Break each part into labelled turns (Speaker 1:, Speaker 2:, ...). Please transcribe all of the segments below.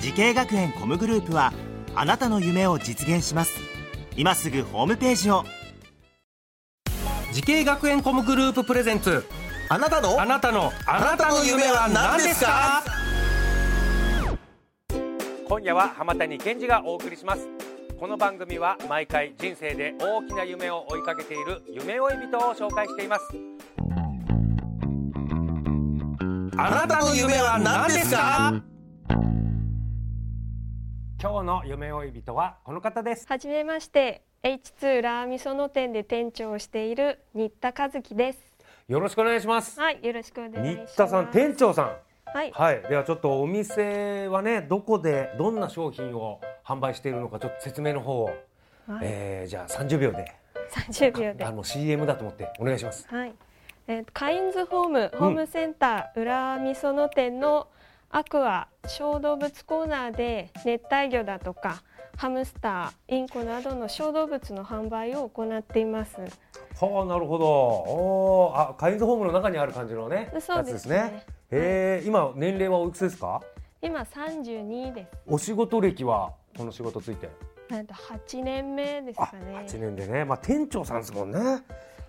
Speaker 1: 時系学園コムグループはあなたの夢を実現します今すぐホームページを
Speaker 2: 時系学園コムグループプレゼンツ
Speaker 3: あなたの
Speaker 2: あなたのあ
Speaker 3: なたの夢は何ですか
Speaker 2: 今夜は浜谷健二がお送りしますこの番組は毎回人生で大きな夢を追いかけている夢追い人を紹介しています
Speaker 3: あなたの夢は何ですか
Speaker 2: 今日の夢追い人はこの方です
Speaker 4: はじめまして H2 ラーミソの店で店長をしている新田和樹です
Speaker 2: よろしくお願いします
Speaker 4: はいよろしくお願いし
Speaker 2: 新
Speaker 4: ます
Speaker 2: 田さん店長さん
Speaker 4: はい、
Speaker 2: はいではちょっとお店はねどこでどんな商品を販売しているのかちょっと説明の方を、
Speaker 4: はい
Speaker 2: えーじゃあ30秒で
Speaker 4: 30秒で
Speaker 2: あの CM だと思ってお願いします
Speaker 4: はい、えー、カインズホームホームセンター、裏みその店のアクア小動物コーナーで熱帯魚だとかハムスターインコなどの小動物の販売を行っています
Speaker 2: はあなるほどおーあカインズホームの中にある感じのね
Speaker 4: そうですね
Speaker 2: やつへえ今年齢はおいくつですか
Speaker 4: 今32です
Speaker 2: お仕事歴はこの仕事ついて
Speaker 4: なんと8年目です
Speaker 2: あ
Speaker 4: かね
Speaker 2: 8年でねまあ店長さんですもんね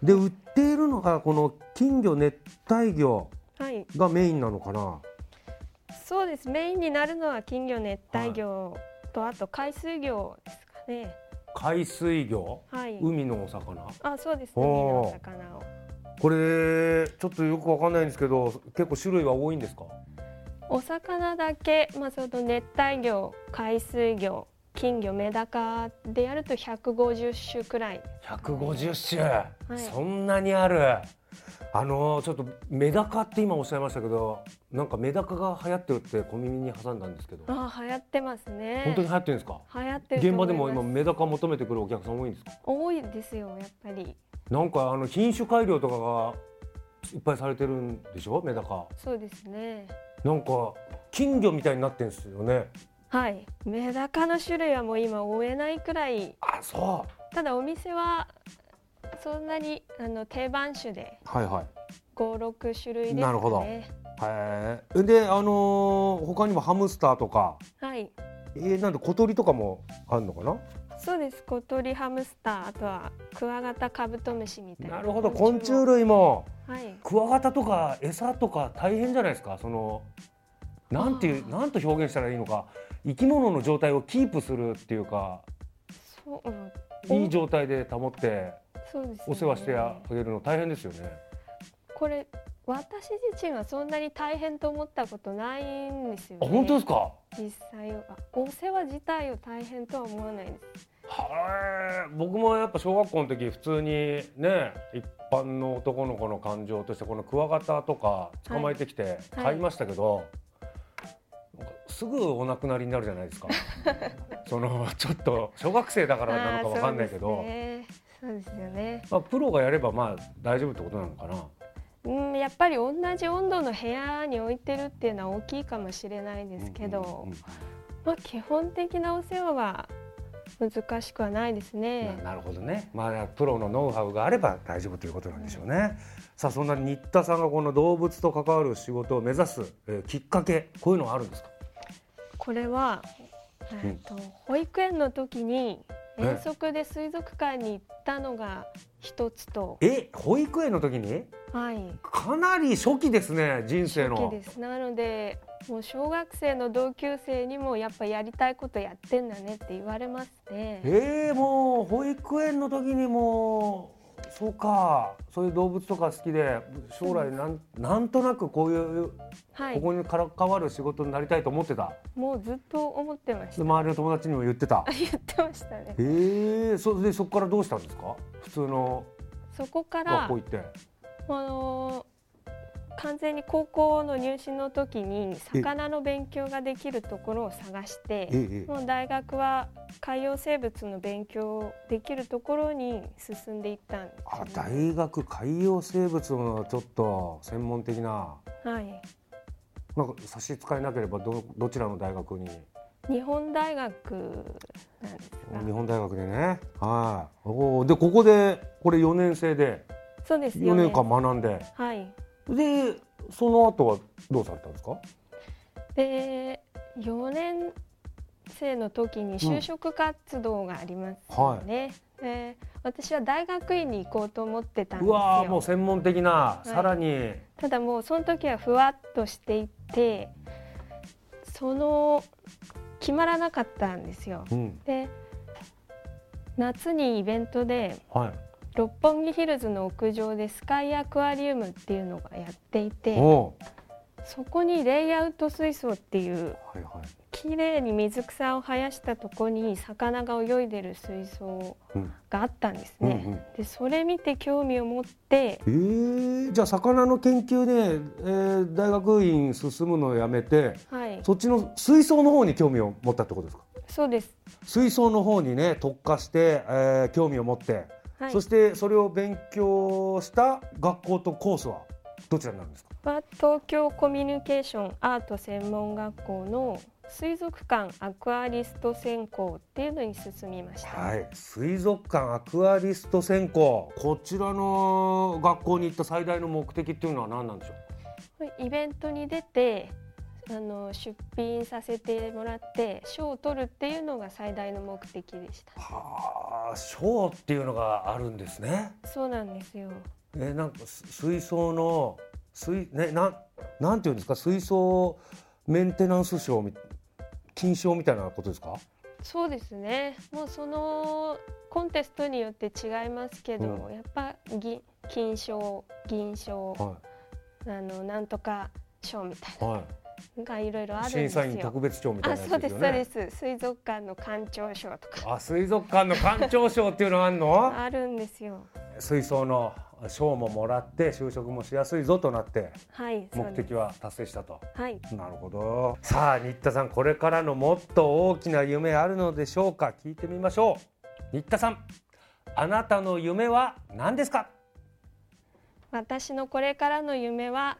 Speaker 2: で売っているのがこの金魚熱帯魚
Speaker 4: はい
Speaker 2: がメインなのかな
Speaker 4: そうですメインになるのは金魚熱帯魚と、あと海水魚ですかね
Speaker 2: 海水魚
Speaker 4: はい
Speaker 2: 海のお魚
Speaker 4: あそうです
Speaker 2: お
Speaker 4: 海
Speaker 2: ー
Speaker 4: のお魚を
Speaker 2: これちょっとよくわかんないんですけど結構種類は多いんですか
Speaker 4: お魚だけ、まあ、その熱帯魚海水魚金魚メダカでやると150種くらい
Speaker 2: 150種、
Speaker 4: い
Speaker 2: そんなにあるあのちょっとメダカって今おっしゃいましたけどなんかメダカが流行ってるって小耳に挟んだんですけど、
Speaker 4: あ流行ってますね
Speaker 2: 本当に流行ってるんですか
Speaker 4: 流行って
Speaker 2: 現
Speaker 4: ると
Speaker 2: 場
Speaker 4: 思
Speaker 2: で
Speaker 4: い
Speaker 2: も
Speaker 4: ます
Speaker 2: 今メダカ求めてくるお客さん多いんですか
Speaker 4: 多いですよやっぱり
Speaker 2: なんかあの品種改良とかがいっぱいされてるんでしょメダカ
Speaker 4: そうですね
Speaker 2: なんか金魚みたいになってんですよね
Speaker 4: はいメダカの種類はもう今追えないくらい
Speaker 2: あそう
Speaker 4: ただお店はそんなにあの定番種で
Speaker 2: はいはい
Speaker 4: 56種類ですかね
Speaker 2: なるほどへえであのー他にもハムスターとか
Speaker 4: はい
Speaker 2: えーなんで小鳥とかもあるのかな
Speaker 4: そうです小鳥ハムスターあとはクワガタカブトムシみたいな
Speaker 2: なるほど昆虫
Speaker 4: も
Speaker 2: 類も
Speaker 4: はい
Speaker 2: クワガタとか餌とか大変じゃないですかそのなんていう
Speaker 4: あー
Speaker 2: なんと表現したらいいのか生き物の状態をキープするっていうか
Speaker 4: そううん
Speaker 2: いい状態で保って
Speaker 4: そうです、ね、
Speaker 2: お世話してあげるの大変ですよね。
Speaker 4: これ私自身はそんなに大変と思ったことないんですよ、
Speaker 2: あ
Speaker 4: ね、
Speaker 2: 本当ですか
Speaker 4: 実際はお世話自体を大変とは思わないです
Speaker 2: はい僕もやっぱ小学校の時普通にね一般の男の子の感情としてこのクワガタとか捕まえてきて
Speaker 4: はい
Speaker 2: 買いましたけど、なんかすぐお亡くなりになるじゃない ですかそのちょっと小学生だからなのかわかんないけ
Speaker 4: あ
Speaker 2: ど、
Speaker 4: ーそうですねそうですよね
Speaker 2: まあ、プロがやればまあ大丈夫ってことなのかな
Speaker 4: うんやっぱり同じ温度の部屋に置いてるっていうのは大きいかもしれないですけど、
Speaker 2: うんうん
Speaker 4: まあ、基本的なお世話は難しくはないです
Speaker 2: うん
Speaker 4: ね
Speaker 2: な。なるほどね、まあ、プロのノウハウがあれば大丈夫ということなんでしょうね、さあそんな新田さんがこの動物と関わる仕事を目指す、えーきっかけこういうのはあるんですか
Speaker 4: これは、えっと保育園の時に
Speaker 2: え
Speaker 4: 遠足で水族館に行ったのが一つと、
Speaker 2: え保育園の時に
Speaker 4: はい、
Speaker 2: かなり初期ですね人生
Speaker 4: 大きい
Speaker 2: の
Speaker 4: です。なので、もう小学生の同級生にもやっぱやりたいことやってんだねって言われますね。
Speaker 2: えー、もう保育園の時にもうそうかそういう動物とか好きで将来なんなんとなくこういう
Speaker 4: は
Speaker 2: こ
Speaker 4: い、
Speaker 2: こにから関わる仕事になりたいと思ってた
Speaker 4: もうずっと思ってまし
Speaker 2: で
Speaker 4: た。
Speaker 2: 周りの友達にも言ってた
Speaker 4: 言ってましたね
Speaker 2: え。ー、そでそこからどうしたんですか普通の
Speaker 4: そこから
Speaker 2: 学校行って
Speaker 4: あのー完全に高校の入試の時に魚の勉強ができるところを探し
Speaker 2: え
Speaker 4: て
Speaker 2: ええ
Speaker 4: もう大学は海洋生物の勉強できるところに進んでいったんで
Speaker 2: あ
Speaker 4: すよね、
Speaker 2: 大学海洋生物のちょっと専門的な
Speaker 4: はい、
Speaker 2: なんか差し支えなければどどちらの大学に
Speaker 4: 日本大学なんです
Speaker 2: 日
Speaker 4: が
Speaker 2: 本大学でねはいおーでここでこれ4年生で
Speaker 4: そうです
Speaker 2: 4
Speaker 4: よね
Speaker 2: 年間学んで
Speaker 4: はい
Speaker 2: でその後はどうされたんですか
Speaker 4: で4年生の時に就職活動がありますよね、で私は大学院に行こうと思ってたんです
Speaker 2: うわーも
Speaker 4: よ
Speaker 2: う専門的な、
Speaker 4: い
Speaker 2: さらに
Speaker 4: ただもうその時はふわっとしていてその決まらなかったんですよ
Speaker 2: うん
Speaker 4: で夏にイベントで
Speaker 2: はい
Speaker 4: 六本木ヒルズの屋上でスカイアクアリウムっていうのがやっていて
Speaker 2: おー
Speaker 4: そこにレイアウト水槽っていう
Speaker 2: はいはい
Speaker 4: 綺麗に水草を生やしたとこに魚が泳いでる水槽があったんです
Speaker 2: うん
Speaker 4: ね。でそれ見て興味を持って
Speaker 2: えー、じゃあ魚の研究で、えー大学院進むのをやめて
Speaker 4: はい
Speaker 2: そっちの水槽の方に興味を持ったってことですか
Speaker 4: そうです、
Speaker 2: 水槽の方にね特化して、えー興味を持って、
Speaker 4: はい
Speaker 2: そ、してそれを勉強した学校とコースはどちらになるんですか
Speaker 4: は東京コミュニケーションアート専門学校の水族館アクアリスト専攻っていうのに進みました、
Speaker 2: はい水族館アクアリスト専攻こちらの学校に行った最大の目的っていうのは何なんでしょ
Speaker 4: イベントに出てあの出品させてもらって賞を取るっていうのが最大の目的でし
Speaker 2: うはあ賞っていうのがあるんですね
Speaker 4: たそうなんですよ
Speaker 2: えーなんかす水槽の水ねなんなんていうんですか水槽メンテナンス賞み金賞みたいなことですか？
Speaker 4: そうですねもうそのコンテストによって違いますけど、
Speaker 2: う
Speaker 4: やっぱぎ金賞銀賞
Speaker 2: は
Speaker 4: あのなんとか賞みたい
Speaker 2: いは
Speaker 4: なのがいろいろあるん
Speaker 2: 審
Speaker 4: ですよ
Speaker 2: 査員特別賞みたい
Speaker 4: あ、
Speaker 2: なやつ
Speaker 4: そう
Speaker 2: で
Speaker 4: で
Speaker 2: よ
Speaker 4: すすそう
Speaker 2: ね
Speaker 4: で。す。水族館の館長賞とか
Speaker 2: あ水族館の館長賞っていうのあんの？
Speaker 4: あるんですよ。
Speaker 2: 水槽の賞ももらって就職もしやすいぞとなって
Speaker 4: はい、そ
Speaker 2: 目
Speaker 4: うです。
Speaker 2: 的は達成したと。
Speaker 4: はい、
Speaker 2: なるほど。さあ新田さんこれからのもっと大きな夢あるのでしょうか？聞いてみましょう。新田さん、あなたの夢は何ですか？
Speaker 4: 私のこれからの夢は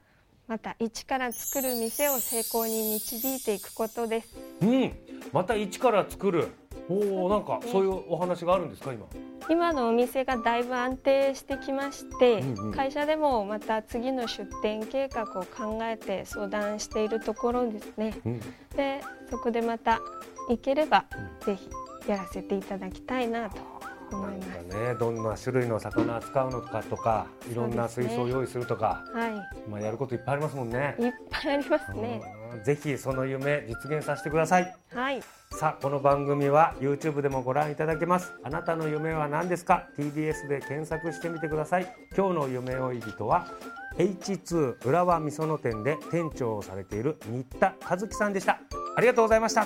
Speaker 4: また一から作る店を成功に導いていくことです。
Speaker 2: うん、また一から作る。おお、なんか
Speaker 4: ね
Speaker 2: そういうお話があるんですか今。
Speaker 4: 今のお店がだいぶ安定してきまして、
Speaker 2: うんうん
Speaker 4: 会社でもまた次の出店計画を考えて相談しているところですね。
Speaker 2: うん、
Speaker 4: で、そこでまた行ければ、ぜひやらせていただきたいなと思
Speaker 2: ないん
Speaker 4: ます。
Speaker 2: かね、どんな種類の魚扱うのかとか、いろんな水槽を用意するとか、
Speaker 4: は
Speaker 2: まあやることいっぱいありますもんね
Speaker 4: い、。いっぱいありますね。
Speaker 2: うんぜひその夢実現させてください。
Speaker 4: はい。
Speaker 2: さあこの番組は YouTube でもご覧いただけますあなたの夢は何ですか TBS で検索してみてください今日の夢追い人は H2 浦和美園店で店長をされている新田和樹さんでしたありがとうございました